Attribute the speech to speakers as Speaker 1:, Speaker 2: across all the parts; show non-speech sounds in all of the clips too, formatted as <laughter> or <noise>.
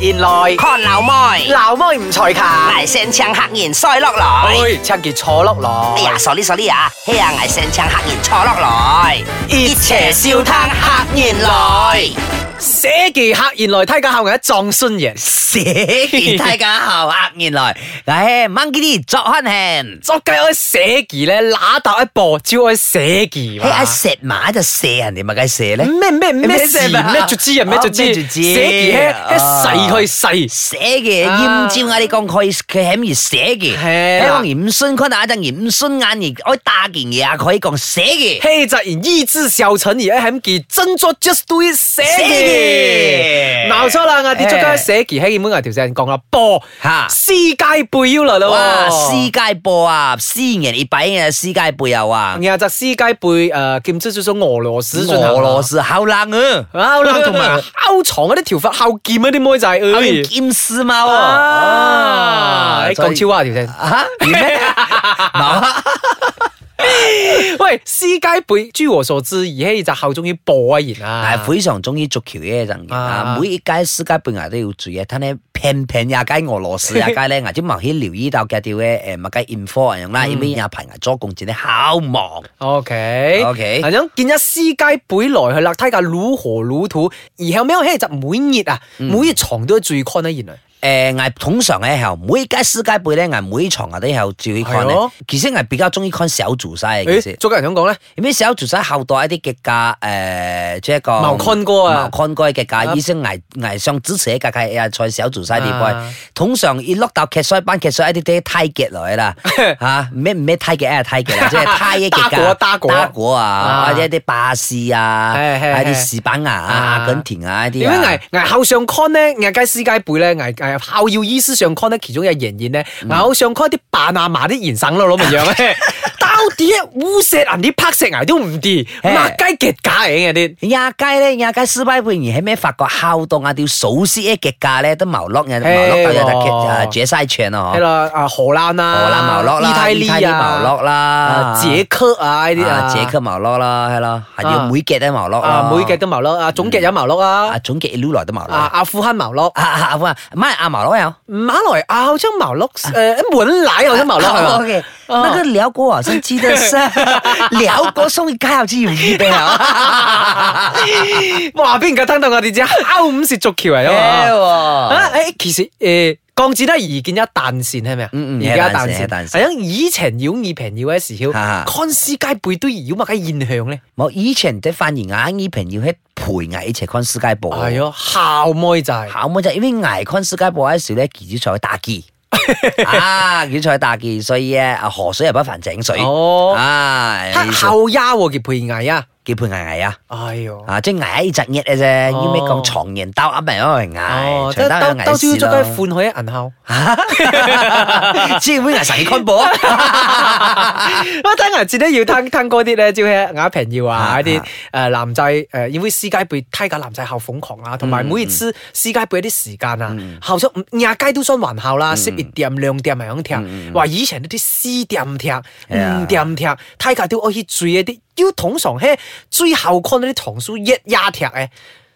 Speaker 1: 現來，
Speaker 2: 看老妹，
Speaker 1: 鬧妹唔才勤，
Speaker 2: 捱聲唱客言衰落來。
Speaker 1: 哎，趁件坐落
Speaker 2: 哎
Speaker 1: 來，
Speaker 2: 呀，sorry sorry 啊，嘿呀，捱聲唱客言錯落來，
Speaker 1: 熱邪笑
Speaker 2: 嘆客言來，
Speaker 1: 寫記客現來，睇下後我一撞孫人，
Speaker 3: 寫完大家後額原來，唉，monkey 啲作看慶，
Speaker 1: 作雞我寫記咧，乸搭一步，招我寫記
Speaker 3: 嘿，阿
Speaker 1: 嘛。
Speaker 3: 石馬就射人哋咪計射咧，
Speaker 1: 咩咩咩事
Speaker 3: 咩事啊
Speaker 1: 咩卒之啊咩卒之，
Speaker 3: 哦咩
Speaker 1: 寫
Speaker 3: 卒之
Speaker 1: 記咧一
Speaker 3: 哦
Speaker 1: 細佢細，
Speaker 3: 寫嘅
Speaker 1: 啊
Speaker 3: 厭照眼你講佢佢係咁寫嘅，
Speaker 1: 係
Speaker 3: 喺
Speaker 1: 啦
Speaker 3: 我唔信佢那陣唔信眼而我打件嘢啊，佢講寫嘅，
Speaker 1: 嘿就然依枝小蠢而家係咁記，真作 just do it 寫
Speaker 3: 寫
Speaker 1: 記，
Speaker 3: 記
Speaker 1: 鬧錯啦！我跌咗間寫記喺原本我條線講啦，波
Speaker 3: 嚇
Speaker 1: 世界杯要嚟咯，
Speaker 3: 哇，世界波啊，私人而擺嘅世界杯又啊，
Speaker 1: 然後就世界呃盃誒，兼知咗俄羅斯進行啊
Speaker 3: 俄羅斯好冷啊，
Speaker 1: 歐啦，同埋
Speaker 3: 好
Speaker 1: 歐床嗰啲條法後劍嗰啲妹仔，
Speaker 3: 用
Speaker 1: 誒，
Speaker 3: 劍士嘛喎，
Speaker 1: 啊，你
Speaker 3: 哎所以
Speaker 1: 講超啊條聲。
Speaker 3: 啊，點
Speaker 1: <laughs>
Speaker 3: 咩？冇啊。
Speaker 1: 喂，世界盃據我所知，而家就效忠於播一然
Speaker 3: 但
Speaker 1: 啊
Speaker 3: 哎係，非常中意足球呢一陣嘅，
Speaker 1: 啊
Speaker 3: 啊每一屆世界盃我都要注意，啊睇咧平平廿屆俄羅斯廿屆咧，我啲某啲留意到嘅條嘅誒某屆 info 咁
Speaker 1: 嗯
Speaker 3: 啦，因為有排牙做工錢咧好忙，
Speaker 1: OK
Speaker 3: OK
Speaker 1: 係咁見一世界盃來去啦，睇下如何如土，然後咩咧就每熱啊，每熱床都最 con 一然啊，
Speaker 3: 誒我通常咧後每一屆世界盃咧，我每一場我都有注意看
Speaker 1: 係
Speaker 3: 咧
Speaker 1: 咯，
Speaker 3: 其實我比較中意看小組賽嘅，其
Speaker 1: 誒，
Speaker 3: 實。
Speaker 1: 做個人想講咧，
Speaker 3: 有咩時候做晒後代一啲嘅價誒，即係講
Speaker 1: 茅坑哥啊
Speaker 3: 茅坑哥嘅
Speaker 1: 啊
Speaker 3: 價，醫生危危上支持嘅價係啊，賽小做晒啲
Speaker 1: 啊
Speaker 3: 波，通常一碌到劇衰班劇衰一啲啲胎嘅
Speaker 1: <laughs>
Speaker 3: 來啦，嚇咩唔咩胎嘅啊胎嘅啦，即係胎嘅價，
Speaker 1: 打果打果
Speaker 3: 打果
Speaker 1: 啊
Speaker 3: 啊，或者一啲巴士啊，
Speaker 1: 係係係
Speaker 3: 一啲西班牙啊、
Speaker 1: 啊
Speaker 3: 阿根廷啊一啲
Speaker 1: 點
Speaker 3: 啊，
Speaker 1: 解挨挨後上 con 咧，挨街世界盃咧，挨挨校要醫師上 con 咧，其中有仍然咧，挨後上 con 啲扮阿嫲啲言省咯，攞咪
Speaker 3: <laughs>
Speaker 1: 樣咧，到底烏石人啲拍石挨都唔掂，
Speaker 3: 嘿
Speaker 1: 擘雞極假嚟嘅啲。
Speaker 3: 廿街咧，廿街斯巴佩而喺咩法國敲到啊條數絲嘅極價咧都毛碌嘅，毛
Speaker 1: 嘿哦
Speaker 3: 碌到有得
Speaker 1: 喎
Speaker 3: 啊絕晒場咯
Speaker 1: 係
Speaker 3: 嗬。
Speaker 1: 啦，啊荷蘭啊，
Speaker 3: 荷蘭毛落啦，
Speaker 1: 意
Speaker 3: 意
Speaker 1: 大
Speaker 3: 大
Speaker 1: 利
Speaker 3: 利
Speaker 1: 啊，
Speaker 3: 毛落啦
Speaker 1: 啊，，捷克啊呢啲啊，
Speaker 3: 啊，捷克毛落啦，係咯，係
Speaker 1: 啊
Speaker 3: 要每腳都毛落
Speaker 1: 啊
Speaker 3: 啦，
Speaker 1: 每隻都毛碌啊，總隻有毛碌
Speaker 3: 啊
Speaker 1: 啊，
Speaker 3: 總結撈來都毛落，
Speaker 1: 啊
Speaker 3: 啊
Speaker 1: 阿富汗毛碌，
Speaker 3: 啊啊，哇唔係阿毛落有，
Speaker 1: 馬來亞好像毛碌，
Speaker 3: <laughs>
Speaker 1: 誒文萊好像毛碌係嘛？
Speaker 3: 哦
Speaker 1: 哦
Speaker 3: OK，那個辽國好像
Speaker 1: <laughs>
Speaker 3: 記得是辽國送一開好似要預
Speaker 1: <laughs>
Speaker 3: 備啊，
Speaker 1: 哇！俾人家聽到我哋只敲五舌族橋嚟
Speaker 3: 네.
Speaker 1: 啊嘛！
Speaker 3: 어.
Speaker 1: 啊，誒，其實誒，鋼子都係而見一彈線係咪啊？
Speaker 3: 嗯嗯
Speaker 1: 而家
Speaker 3: 一彈線
Speaker 1: 彈
Speaker 3: 一彈線
Speaker 1: 係因為以前妖二平妖嘅時候，
Speaker 3: 啊
Speaker 1: 康斯街背都妖乜嘅現象咧？
Speaker 3: 我以前啲發現啊，呢平要喺陪挨一齊看世界盃，
Speaker 1: 係啊，校妹就係
Speaker 3: 考我就因為捱昆世界盃嗰時咧，記者賽打
Speaker 1: <laughs>
Speaker 3: 機。啊！記者賽打機，所以咧，啊河水又不犯井水。
Speaker 1: 哦
Speaker 3: 啊，
Speaker 1: 黑校丫喎，叫配藝啊！
Speaker 3: 幾倍捱捱啊！
Speaker 1: 哎呦，
Speaker 3: 啊，即係捱一隻嘢嘅啫，
Speaker 1: 哦
Speaker 3: 要咩講床人兜噏咪因為捱，
Speaker 1: 即係
Speaker 3: 床兜
Speaker 1: 兜
Speaker 3: 又
Speaker 1: 兜
Speaker 3: 捱
Speaker 1: 招
Speaker 3: 屎
Speaker 1: 捉佢
Speaker 3: <laughs> 咯。
Speaker 1: 款去銀校。
Speaker 3: 即係會捱神康 <laughs> 波
Speaker 1: <laughs> 我睇牙齒咧要吞吞嗰啲咧，即係啞平要啊
Speaker 3: 啊
Speaker 1: 嗰啲
Speaker 3: 啊嗯
Speaker 1: 誒男仔誒，因為世界盃睇架男仔校瘋狂啊，同埋每次世界盃啲時間啊，校咗五廿街都想還校
Speaker 3: 嗯
Speaker 1: 啦，十二點兩點咪響踢，話以前呢啲四點踢、
Speaker 3: 啊
Speaker 1: 五點踢，睇架都可以追一啲，要通常喺最後看嗰啲堂數一廿踢嘅。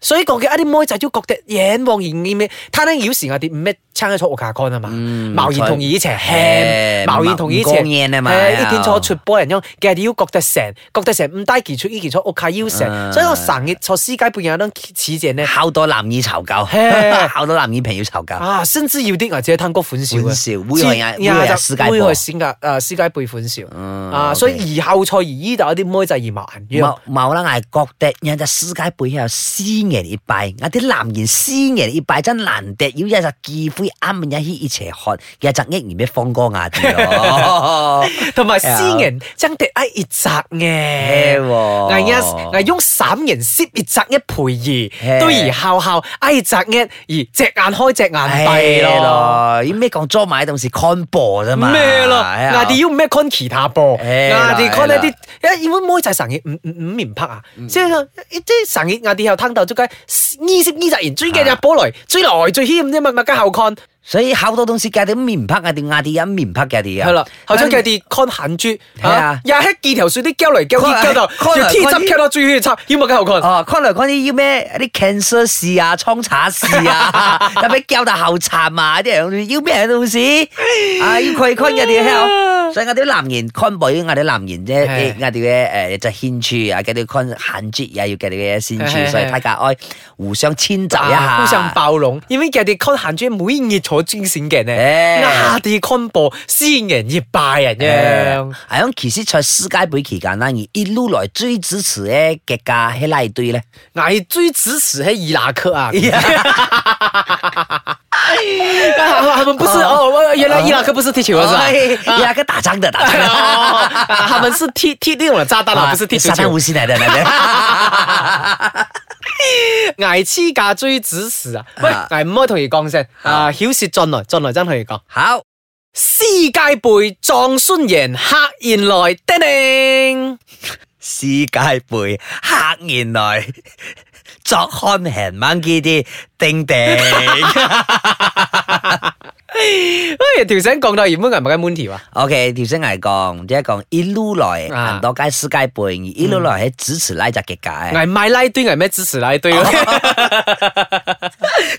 Speaker 1: 所以講嘅一啊啲妹仔都覺得眼望而厭咩，睇咧有時我哋唔咩撐得出我架杆啊嘛，貿然同以前輕，
Speaker 3: 嗯
Speaker 1: 貿然同以前
Speaker 3: 唔講嘢啊嘛
Speaker 1: 係
Speaker 3: 又
Speaker 1: 呢件錯出波人用嘅係要覺得成，覺得成唔低技出呢件錯屋卡要成，
Speaker 3: 嗯
Speaker 1: 所以我成日坐私家半夜都似正咧，
Speaker 3: 考到男耳酬教， <laughs>
Speaker 1: 嘿
Speaker 3: 考到男耳平要酬教，
Speaker 1: 啊，甚至要啲或者攤嗰款笑
Speaker 3: 款
Speaker 1: 嘅，
Speaker 3: 笑會係
Speaker 1: 知
Speaker 3: 會係
Speaker 1: 呀
Speaker 3: 私家
Speaker 1: 會
Speaker 3: 波
Speaker 1: 係先噶，誒私家背款笑
Speaker 3: 嗯
Speaker 1: 啊，
Speaker 3: OK
Speaker 1: 所以而後賽而依度有啲妹仔而盲樣
Speaker 3: 冇冇啦！捱覺得有隻世界盃有私人一拜，有啲男人私人一拜真難得，要有隻機會啱面一起一齊看，有隻一而咩放歌雅啲咯。
Speaker 1: 同埋私人爭敵一熱窄嘅
Speaker 3: 嘿。喎
Speaker 1: 危一危用散人攝熱窄一陪
Speaker 3: 嘿
Speaker 1: 兒，都而孝孝挨窄一而隻眼開隻眼閉咯。
Speaker 3: 咯，要咩講裝埋同時 combo 啫嘛，哎
Speaker 1: 咩咯？
Speaker 3: 係啊
Speaker 1: 我哋要咩 con 其他波？我
Speaker 3: 係啦
Speaker 1: 哋 con
Speaker 3: 係啦
Speaker 1: 一啲，因為妹仔成日五五五面拍啊，
Speaker 3: 嗯
Speaker 1: 即係即係成日我哋又攤到咗街，二十二十人追嘅入波來，追來追牽啫嘛，咪加後 con。
Speaker 3: 所以好多东西嘅啲面拍啊，啲亞啲人面拍嘅啲啊，
Speaker 1: 係啦，後生嘅啲看行住，
Speaker 3: 係啊
Speaker 1: 廿一件條水啲膠嚟膠去膠到，
Speaker 3: 可能
Speaker 1: 要天
Speaker 3: 可能
Speaker 1: 針膠到最去插，要冇膠看。
Speaker 3: 哎哦，可能嗰啲要咩啲 cancer 事啊、瘡查事
Speaker 1: <laughs>
Speaker 3: 啊，特別教大後殘啊啲人要咩東西？啊，要佢坤嘅啲喺所以我哋男人坤背，我哋男人啫，
Speaker 1: 係
Speaker 3: 我哋嘅誒就牽住啊，嘅啲坤限住啊，要嘅啲嘅先
Speaker 1: 係
Speaker 3: 住，所以
Speaker 1: 係
Speaker 3: 大家愛互相遷就一
Speaker 1: 啊
Speaker 3: 下，
Speaker 1: 互相包容，因為嘅啲看行住每日坐專線嘅呢，
Speaker 3: 誒
Speaker 1: 亞啲看播先人熱拜
Speaker 3: 哎
Speaker 1: 人樣。
Speaker 3: 係響其實在世界盃期間啦，而一路來最支持嘅嘅家係哪一隊咧？
Speaker 1: 捱最支持係伊拉克
Speaker 3: <laughs>
Speaker 1: 啊！
Speaker 3: 呀
Speaker 1: 啊他們不是
Speaker 3: 哦
Speaker 1: 哦，原來伊拉克不是踢球的是吧？
Speaker 3: 哎呀，個打仗的打仗
Speaker 1: <laughs>
Speaker 3: 的。
Speaker 1: 哦，他們是踢踢那種炸彈啊，不是踢足
Speaker 3: 撒旦
Speaker 1: 球
Speaker 3: 無。锡來的來的。
Speaker 1: 挨黐架追指示啊！喂
Speaker 3: 啊，
Speaker 1: 挨唔可以同佢講聲啊，曉舌進來，進來真同佢講。
Speaker 3: 好，
Speaker 1: 世界盃撞孫贏客現來，叮叮。
Speaker 3: 世界盃黑年來，作看行猛啲啲定定。
Speaker 1: 喂，條繩講到原本係咪係 Monty 啊？
Speaker 3: OK，條聲嚟講，即係講一路來
Speaker 1: 啊
Speaker 3: 行多街世界盃，而一路來係支持拉隻嘅解，
Speaker 1: 挨賣拉堆，挨咩指示拉堆？ <laughs>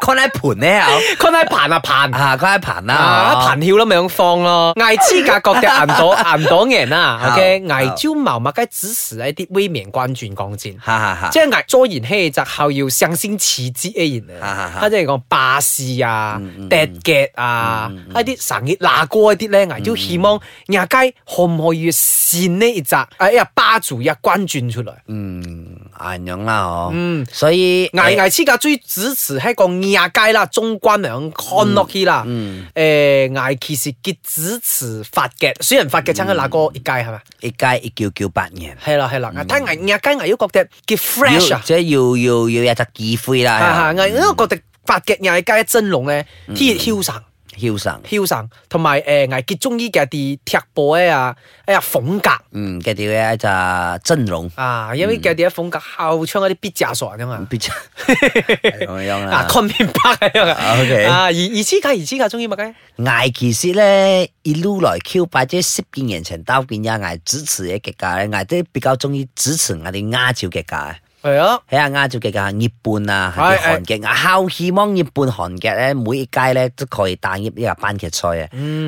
Speaker 3: 看喺盤咧，
Speaker 1: 佢喺盤啊盤。
Speaker 3: 啊，看喺盤
Speaker 1: 啊，
Speaker 3: 啦，
Speaker 1: 彈跳啦，咪咁放咯。捱黐格各隻銀朵銀朵人啊
Speaker 3: <laughs> 好
Speaker 1: ，OK，
Speaker 3: 好
Speaker 1: 捱招毛物雞只時一啲威名關轉講戰。
Speaker 3: 哈哈哈
Speaker 1: 即。係捱咗然欺就後要上先似之一然
Speaker 3: 啊啊
Speaker 1: 啊
Speaker 3: 啊，嗯
Speaker 1: 啊即係講巴士啊、趯腳啊，一啲神熱拿過一啲咧，捱招希望
Speaker 3: 嗯
Speaker 1: 亞雞可唔可以善呢一集？哎呀，巴住一關轉出嚟，
Speaker 3: 嗯，咁樣啦，嗬。
Speaker 1: 嗯
Speaker 3: 所以呃
Speaker 1: 捱捱黐格最支持係個亞雞啦，中關兩看落去啦。
Speaker 3: 嗯，
Speaker 1: 誒，捱其實結支持法嘅，雖然法嘅參加那個一屆係咪？
Speaker 3: 一屆一叫叫八年。
Speaker 1: 係啦係啦，但係捱亞雞捱要覺得結 fresh
Speaker 3: 要
Speaker 1: 啊，嗯
Speaker 3: 即係要要要有隻機會
Speaker 1: 係
Speaker 3: 啦，
Speaker 1: 係捱，因為我覺得法嘅亞雞真龍咧，天熱囂神。
Speaker 3: 僥神，
Speaker 1: 飄散，同埋誒危結中醫嘅啲踢波咧啊，哎呀風格
Speaker 3: 嗯，跟住咧就真龍，
Speaker 1: 啊，因為嘅啲風格後窗嗰啲必炸傻噶嘛。
Speaker 3: 邊隻係咁樣
Speaker 1: 啊
Speaker 3: <laughs> 啦，。
Speaker 1: 昆明北係啊
Speaker 3: 嗯啊，OK
Speaker 1: 啊，而而黐架，而黐架中意乜嘅？
Speaker 3: 艾其實咧，一路來 Q 八即係識見人情刀見呀，艾支持嘅極價咧，艾都比較中意支持我哋亞洲極價。
Speaker 1: 係啊，
Speaker 3: 喺啊亞洲嘅價日本啊，
Speaker 1: 係
Speaker 3: 係韓劇啊，好希望日本韓劇咧每一屆咧都可以打入呢個班決賽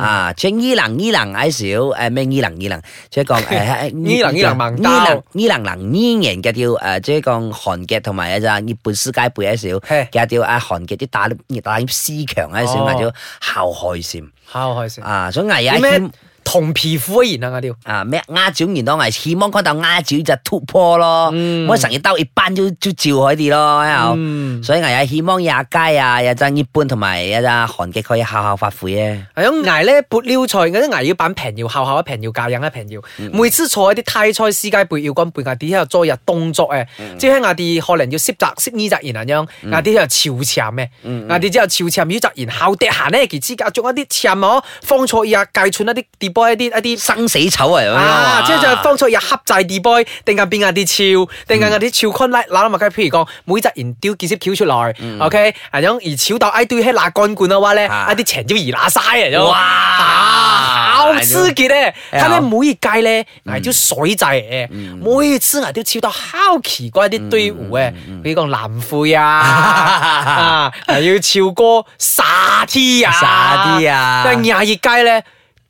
Speaker 3: 啊！啊，像伊朗伊朗矮少誒咩伊朗伊朗，即係講誒
Speaker 1: 伊朗伊朗盲
Speaker 3: 伊
Speaker 1: 兜
Speaker 3: 朗伊朗能伊人嘅叫誒，即係講韓劇同埋一隻日本世界盃矮少
Speaker 1: 係
Speaker 3: 嘅叫啊韓劇啲打入打入四強矮少，
Speaker 1: 哦
Speaker 3: 或者後海閃
Speaker 1: 好開心。
Speaker 3: 啊，所以危啊
Speaker 1: 啲咩同皮膚一然啊，我哋
Speaker 3: 啊咩亞洲原當係希望嗰度亞洲就突破咯，
Speaker 1: 嗯
Speaker 3: 我成日兜一班都都照佢哋咯，喺後
Speaker 1: 嗯
Speaker 3: 所以我有希望廿街啊，有陣日本同埋有陣韓劇可以效效發揮嘅。
Speaker 1: 係咁捱咧撥撩菜，嗰啲捱要板平要，後後一平要，教人一平要。每次坐喺啲泰賽世界盃要幹背牙啲喺度做日動作誒，即係牙啲可能要攝集攝呢集然咁樣，牙啲喺度潮潛嘅，牙啲之後潮潛呢集然後跌行呢，其之間仲一啲潛哦，方錯嘢界串一啲 d boy 一啲一啲。
Speaker 3: 生死丑啊，咁樣
Speaker 1: 啊！即係就係
Speaker 3: 方
Speaker 1: 方錯嘢恰制 d boy，定係變牙啲潮，定係牙啲潮坤拉攬埋佢。譬如講，每集然丟幾隻橋出來，OK，啊樣而潮到挨堆喺辣幹罐嘅話咧，
Speaker 3: 嗯啊
Speaker 1: 一啲情招而拿晒啊！咁樣啊，
Speaker 3: 哇
Speaker 1: 好刺激咧！
Speaker 3: 哎呦嗯
Speaker 1: 他咧每一屆咧，挨啲水仔嘅，每一次挨都超到好奇怪
Speaker 3: 嗯
Speaker 1: 啲隊伍嘅，比如講南非啊，
Speaker 3: <laughs>
Speaker 1: 啊，係要超過沙啲啊，
Speaker 3: 沙啲啊
Speaker 1: 但係廿二屆咧。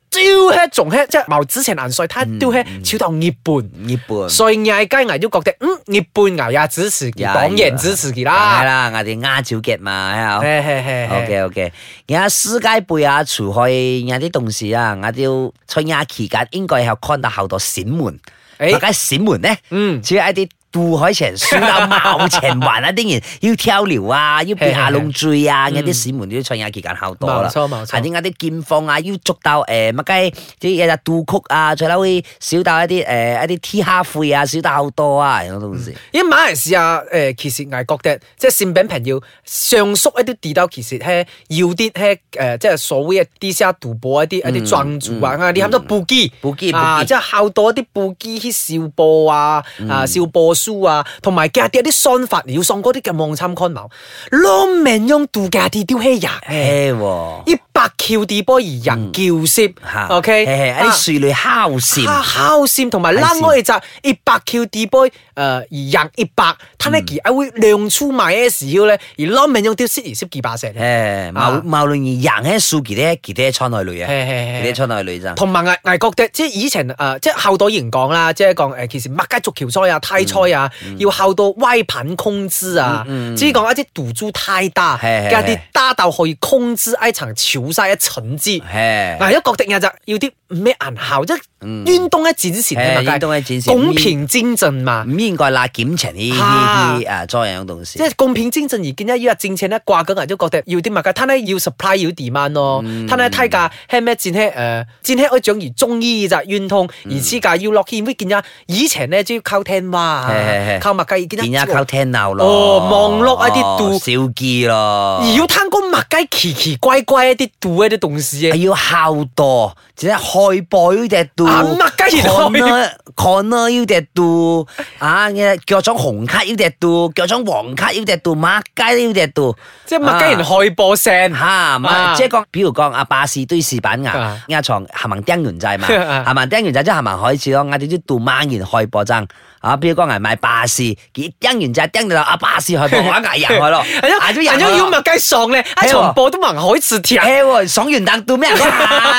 Speaker 1: 招吃仲吃，即係冇之前難帥，他
Speaker 3: 嗯
Speaker 1: 都吃超到熱半，
Speaker 3: 日本。
Speaker 1: 所以嗌雞挨都覺得，嗯，熱半牛也支持佢，
Speaker 3: 呀
Speaker 1: 港人支持佢
Speaker 3: 係
Speaker 1: 啦，
Speaker 3: 啦，我哋亞洲劇嘛，喺後。
Speaker 1: 嘿嘿嘿嘿
Speaker 3: OK OK，而 <laughs> 家世界盃啊，除開有啲同事啊，我哋在亞期間應該係看到好多閃門，
Speaker 1: 誒
Speaker 3: 大家閃門咧，
Speaker 1: 嗯
Speaker 3: 主要一啲。渡海前、輸到冇前環
Speaker 1: <laughs>
Speaker 3: 啊！啲人要跳樓啊，要避下窿墜啊！有啲市民都在亞期間好多
Speaker 1: 冇
Speaker 3: 啦，
Speaker 1: 錯冇錯
Speaker 3: 係點解啲劍放啊，要捉到誒乜雞啲有隻渡曲啊，再撈去少到一啲誒一啲天蝦灰啊，少到好多啊！有同事
Speaker 1: 因為馬來西亞誒、呃其實我覺得即係善品朋友上述一啲地道其實係要啲係誒即係所謂嘅 D C R 賭博一啲一啲莊主啊，啊啲好多布基
Speaker 3: 布基布基
Speaker 1: 啊，即係好多啲布基啲笑波啊、啊笑波書啊，同埋嘅啲一啲算法，要送嗰啲嘅網參看冇，攞命用度假啲丟起人嘅，
Speaker 3: 嘿喎，
Speaker 1: 一百橋地波而人叫涉
Speaker 3: 嚇
Speaker 1: ，OK，
Speaker 3: 嘿嘿一
Speaker 1: 啊
Speaker 3: 啲樹類烤蟬，
Speaker 1: 他烤扇同埋拉我哋就一百 Q D boy，誒而人一
Speaker 3: 嗯
Speaker 1: 百，他呢而會亮出埋 S 腰咧，而攞命用條 C 而攝幾把石咧，
Speaker 3: 誒，
Speaker 1: 啊
Speaker 3: 無無論而人喺樹幾多幾多窗內類啊，
Speaker 1: 嘿嘿嘿
Speaker 3: 幾多窗內類咋？
Speaker 1: 同埋啊危危覺得即係以前誒、呃即係後代人講啦，即係講誒其實麥家族橋災啊、太災啊，
Speaker 3: 嗯
Speaker 1: 要後到歪貧控資啊，只係講一啲賭注太大，
Speaker 3: 係係
Speaker 1: 加啲
Speaker 3: 係
Speaker 1: 打到可以控資一層潮晒一層資。
Speaker 3: 嘿嗯
Speaker 1: 嗱，一國定日就要啲咩銀效，即係冤東一戰前啊嘛，
Speaker 3: 係冤東一戰前
Speaker 1: 拱平精進嘛。
Speaker 3: 唔應該啦，檢查呢呢啲啊作用同事
Speaker 1: 即。係公平精進而見一於啊正正咧掛緊牙都覺得要啲物價，攤咧要 supply 要 demand 咯，攤咧睇價係咩戰咧誒戰咧我長而中醫就冤痛，而此價要落見會見啊，以前咧主要靠聽話
Speaker 3: 係係
Speaker 1: 啊
Speaker 3: 係，
Speaker 1: 靠物價而見
Speaker 3: 見
Speaker 1: 啊
Speaker 3: 一溝聽鬧咯，
Speaker 1: 哦望落一啲度
Speaker 3: 哦少啲咯，
Speaker 1: 而要攤工物價奇奇怪怪一啲度一啲動事嘅，
Speaker 3: 要孝多，只係害波呢只度，
Speaker 1: 啊乜雞翼開
Speaker 3: corner corner 呢只度，啊嘅腳掌紅卡呢只度，腳掌黃卡呢只度，乜雞呢只度，
Speaker 1: 即係物價人害波
Speaker 3: <laughs>
Speaker 1: 聲
Speaker 3: 吓，
Speaker 1: 啊
Speaker 3: 嘛，即係講，比如講阿巴士堆士板牙
Speaker 1: 啊， <laughs>
Speaker 3: 壓床行行釘完仔嘛，
Speaker 1: 啊
Speaker 3: 行行釘完仔即係行行開始咯，我哋啲度猛然開波爭，啊，比如講係買巴士，佢釘完仔釘到阿巴士開波，我嗌
Speaker 1: <laughs>
Speaker 3: 人開咯，
Speaker 1: 係咯，
Speaker 3: 嗌咗
Speaker 1: 係
Speaker 3: 人
Speaker 1: 咯
Speaker 3: 開
Speaker 1: 要
Speaker 3: 咯
Speaker 1: 物價喪咧，一
Speaker 3: 係喎
Speaker 1: 場波都盲海似鐵啊，
Speaker 3: 嘿喎，爽完等到
Speaker 1: <laughs>
Speaker 3: 咩人 <laughs>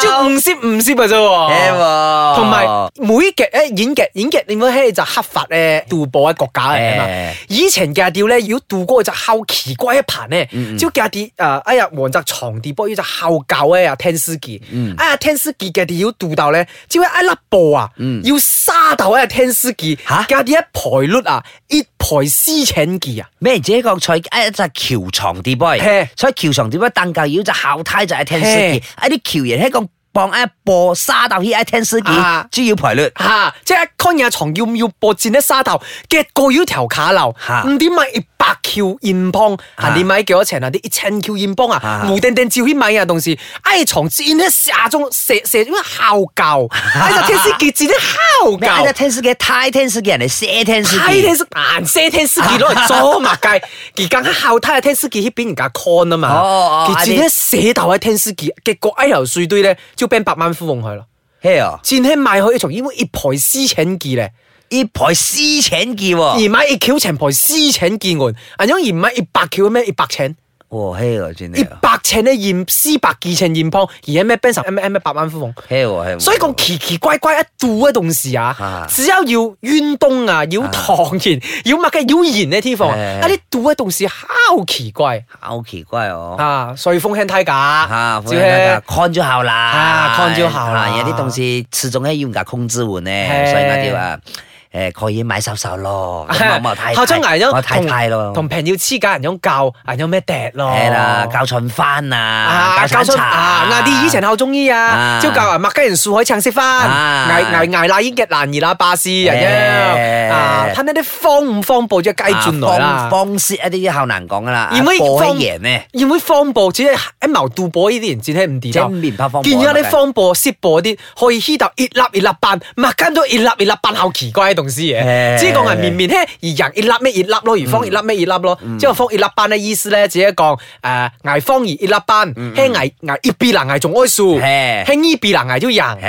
Speaker 1: 即係唔攝唔攝啊啫喎。
Speaker 3: 嘿喎，
Speaker 1: 同埋每劇咧演劇演劇，你唔好喺就黑法咧杜播一國家嚟啊嘛
Speaker 3: 誒。
Speaker 1: 以前嘅調咧，如果杜嗰就後奇怪一盤咧，只要嘅啲誒哎呀黃澤床地波要就後教咧啊聽司機，哎呀聽司機嘅調要杜到咧，只要一粒波啊，要沙到啊聽司機
Speaker 3: 吓
Speaker 1: 嘅啲一排率啊，一排私請記啊，
Speaker 3: 咩？自己講菜一隻橋床啲 boy，
Speaker 1: 嘿
Speaker 3: 所以橋床啲 boy 凳嚿要就後胎就係聽司
Speaker 1: 嘿
Speaker 3: 機，一啲橋人喺講幫一播沙豆去一聽司機
Speaker 1: 啊，
Speaker 3: 主要賠率。
Speaker 1: 嚇！即係 con 嘢床要唔要搏戰咧沙頭嘅個要條卡流
Speaker 3: 嚇，
Speaker 1: 唔點買一百橋燕邦，
Speaker 3: 嚇
Speaker 1: 行你買幾多錢啊？啲一千橋燕邦啊，
Speaker 3: 嚇
Speaker 1: 無定定照起買啊，同時哎床戰咧下中射射咗烤教，哎就天師傑戰咧烤
Speaker 3: 咩？一隻
Speaker 1: 教。
Speaker 3: 聽司機，太聽司機，人哋寫聽司
Speaker 1: 睇聽
Speaker 3: 機。
Speaker 1: 識顏色聽識見攞嚟裝
Speaker 3: <laughs>
Speaker 1: 物計，而更加後睇下聽識見喺邊人家 con 啊嘛
Speaker 3: 哦哦，
Speaker 1: 而戰咧寫到喺聽識見，結果哎頭碎堆咧，就變百萬富翁去咯。
Speaker 3: 嘿哦，
Speaker 1: 戰喺賣去一場，因為一賠私請記咧。
Speaker 3: 呢賠私請記喎。
Speaker 1: 而買一橋成台私請見案，啊人樣而唔係一百橋咩一百請，
Speaker 3: 哇嘿哦，真
Speaker 1: 一
Speaker 3: 係。
Speaker 1: 百請咧驗私百二請驗幫，而係咩 b e n 咩咩咩百萬富翁。
Speaker 3: 嘿喎嘿喎。
Speaker 1: 所以講奇奇怪怪一度嘅動事啊
Speaker 3: 啊，
Speaker 1: 只有要冤東啊，要唐然，要乜嘅要言呢天放啊，
Speaker 3: 係
Speaker 1: 一啲度嘅動事好奇怪
Speaker 3: 好啊奇怪哦。
Speaker 1: 啊！所以風輕睇
Speaker 3: 吓，
Speaker 1: 假，
Speaker 3: 看咗後啦，
Speaker 1: 啊看咗後啦
Speaker 3: 啊有啲同事始終係要人家控制換咧，
Speaker 1: 係
Speaker 3: 所以我哋話誒可以買手手
Speaker 1: <laughs>
Speaker 3: 咯，咁我太
Speaker 1: 後將挨咗
Speaker 3: 我太太咯，
Speaker 1: 啊同平要黐假人樣教，人樣咩笛咯，
Speaker 3: 係啦，教春翻啊
Speaker 1: 啊，，教
Speaker 3: 教
Speaker 1: 出
Speaker 3: 春茶
Speaker 1: 啊，嗌啲以前後中醫啊，
Speaker 3: 啊
Speaker 1: 招教啊，麥雞人樹海撐色翻，
Speaker 3: 啊
Speaker 1: 挨挨挨那英嘅難兒那巴士人
Speaker 3: 誒
Speaker 1: 樣啊，睇呢啲方唔方步咗雞轉來啦
Speaker 3: 啊方，方式一啲後難講噶啦，啊
Speaker 1: 因為
Speaker 3: 播
Speaker 1: 方
Speaker 3: 起贏咧，
Speaker 1: 要唔會方步只係一矛杜波呢啲人戰喺唔掂
Speaker 3: 即係面拍方步
Speaker 1: 見而家啲
Speaker 3: 係咪
Speaker 1: 方步、涉步啲可以牽到熱立熱立扮，麥雞都熱立熱立扮好奇怪嘅動詞嘢，
Speaker 3: 誒
Speaker 1: 只係講係面面咧，而人熱立咩熱立咯，而方熱立咩熱立咯，即係方熱立班嘅意思咧，只係講誒挨方而熱立班，輕挨挨熱必難挨仲哀數。
Speaker 3: 誒
Speaker 1: 輕衣避難挨招人，
Speaker 3: 誒，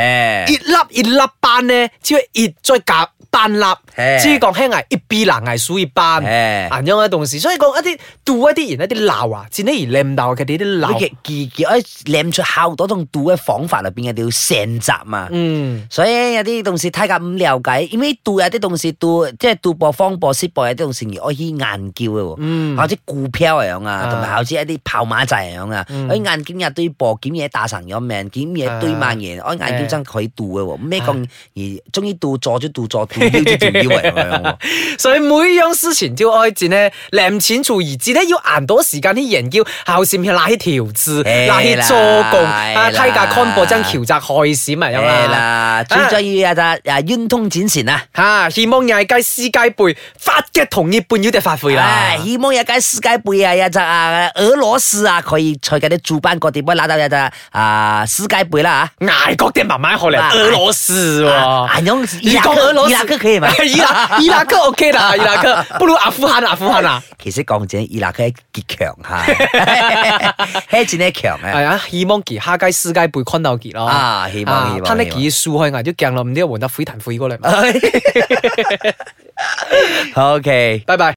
Speaker 1: 熱粒熱粒班咧，只要熱再夾班粒，
Speaker 3: 嘿
Speaker 1: 只講輕挨熱避難挨數熱班，
Speaker 3: 嘿
Speaker 1: 咁樣嘅同時，所以講一啲度一啲人一啲鬧啊，戰得而舐鬧佢哋啲
Speaker 3: 佢
Speaker 1: 鬧，
Speaker 3: 嘅技技可以舐出後嗰種度嘅方法入邊嘅叫成集嘛。
Speaker 1: 嗯，
Speaker 3: 所以有啲同事睇架唔了解，因為度有啲同事度即係度播方播先播有啲同事而可以硬叫嘅喎，
Speaker 1: 嗯
Speaker 3: 或者股票一樣
Speaker 1: 啊
Speaker 3: 啊，同埋好似一啲跑馬仔一樣啊，
Speaker 1: 嗯啊
Speaker 3: 可以硬叫日堆播，檢嘢打成咗命，檢嘢堆萬嘢，可以硬叫真可以度嘅喎，咩講而終於度坐
Speaker 1: <laughs>
Speaker 3: 咗度坐，度腰咗度腰嚟咁樣喎，
Speaker 1: 所以每樣事前都要開戰咧，舐錢做而戰咧要捱多時間啲人叫後線去拉起條字，
Speaker 3: 嘿
Speaker 1: 拉起
Speaker 3: 啦
Speaker 1: 做共啊，
Speaker 3: 嘿啦
Speaker 1: 梯架 combo 爭橋澤害閃咪有
Speaker 3: 係
Speaker 1: 啦。
Speaker 3: 啦，最緊要啊啊冤通展前啊！
Speaker 1: 吓、希望又係雞私雞背，發嘅同意半要得發悔啦
Speaker 3: 唉，。哎希望有間世界盃啊，有隻啊俄羅斯啊，可以賽嗰啲主辦國點樣拿到有隻啊世界盃啦
Speaker 1: 挨國啲慢慢學嚟
Speaker 3: 啊
Speaker 1: 俄羅斯
Speaker 3: 嚇。啊
Speaker 1: 喎，
Speaker 3: 啊用
Speaker 1: 你講俄羅斯
Speaker 3: 伊拉克克可
Speaker 1: <laughs>
Speaker 3: 以吗？
Speaker 1: 伊拉伊拉克 OK
Speaker 3: <laughs>
Speaker 1: 啦，伊拉克不如阿富汗阿富汗啊，
Speaker 3: 其實講真，伊拉克係極強 <laughs> 下，係真係強
Speaker 1: 係
Speaker 3: <laughs> 啊！
Speaker 1: 啊，希望佢下屆世界盃看到佢咯。
Speaker 3: 啊希望希望啊
Speaker 1: 他呢
Speaker 3: 希望
Speaker 1: 佢輸開牙都鏡啦，唔知換得灰彈灰過嚟。
Speaker 3: OK。
Speaker 1: 拜拜。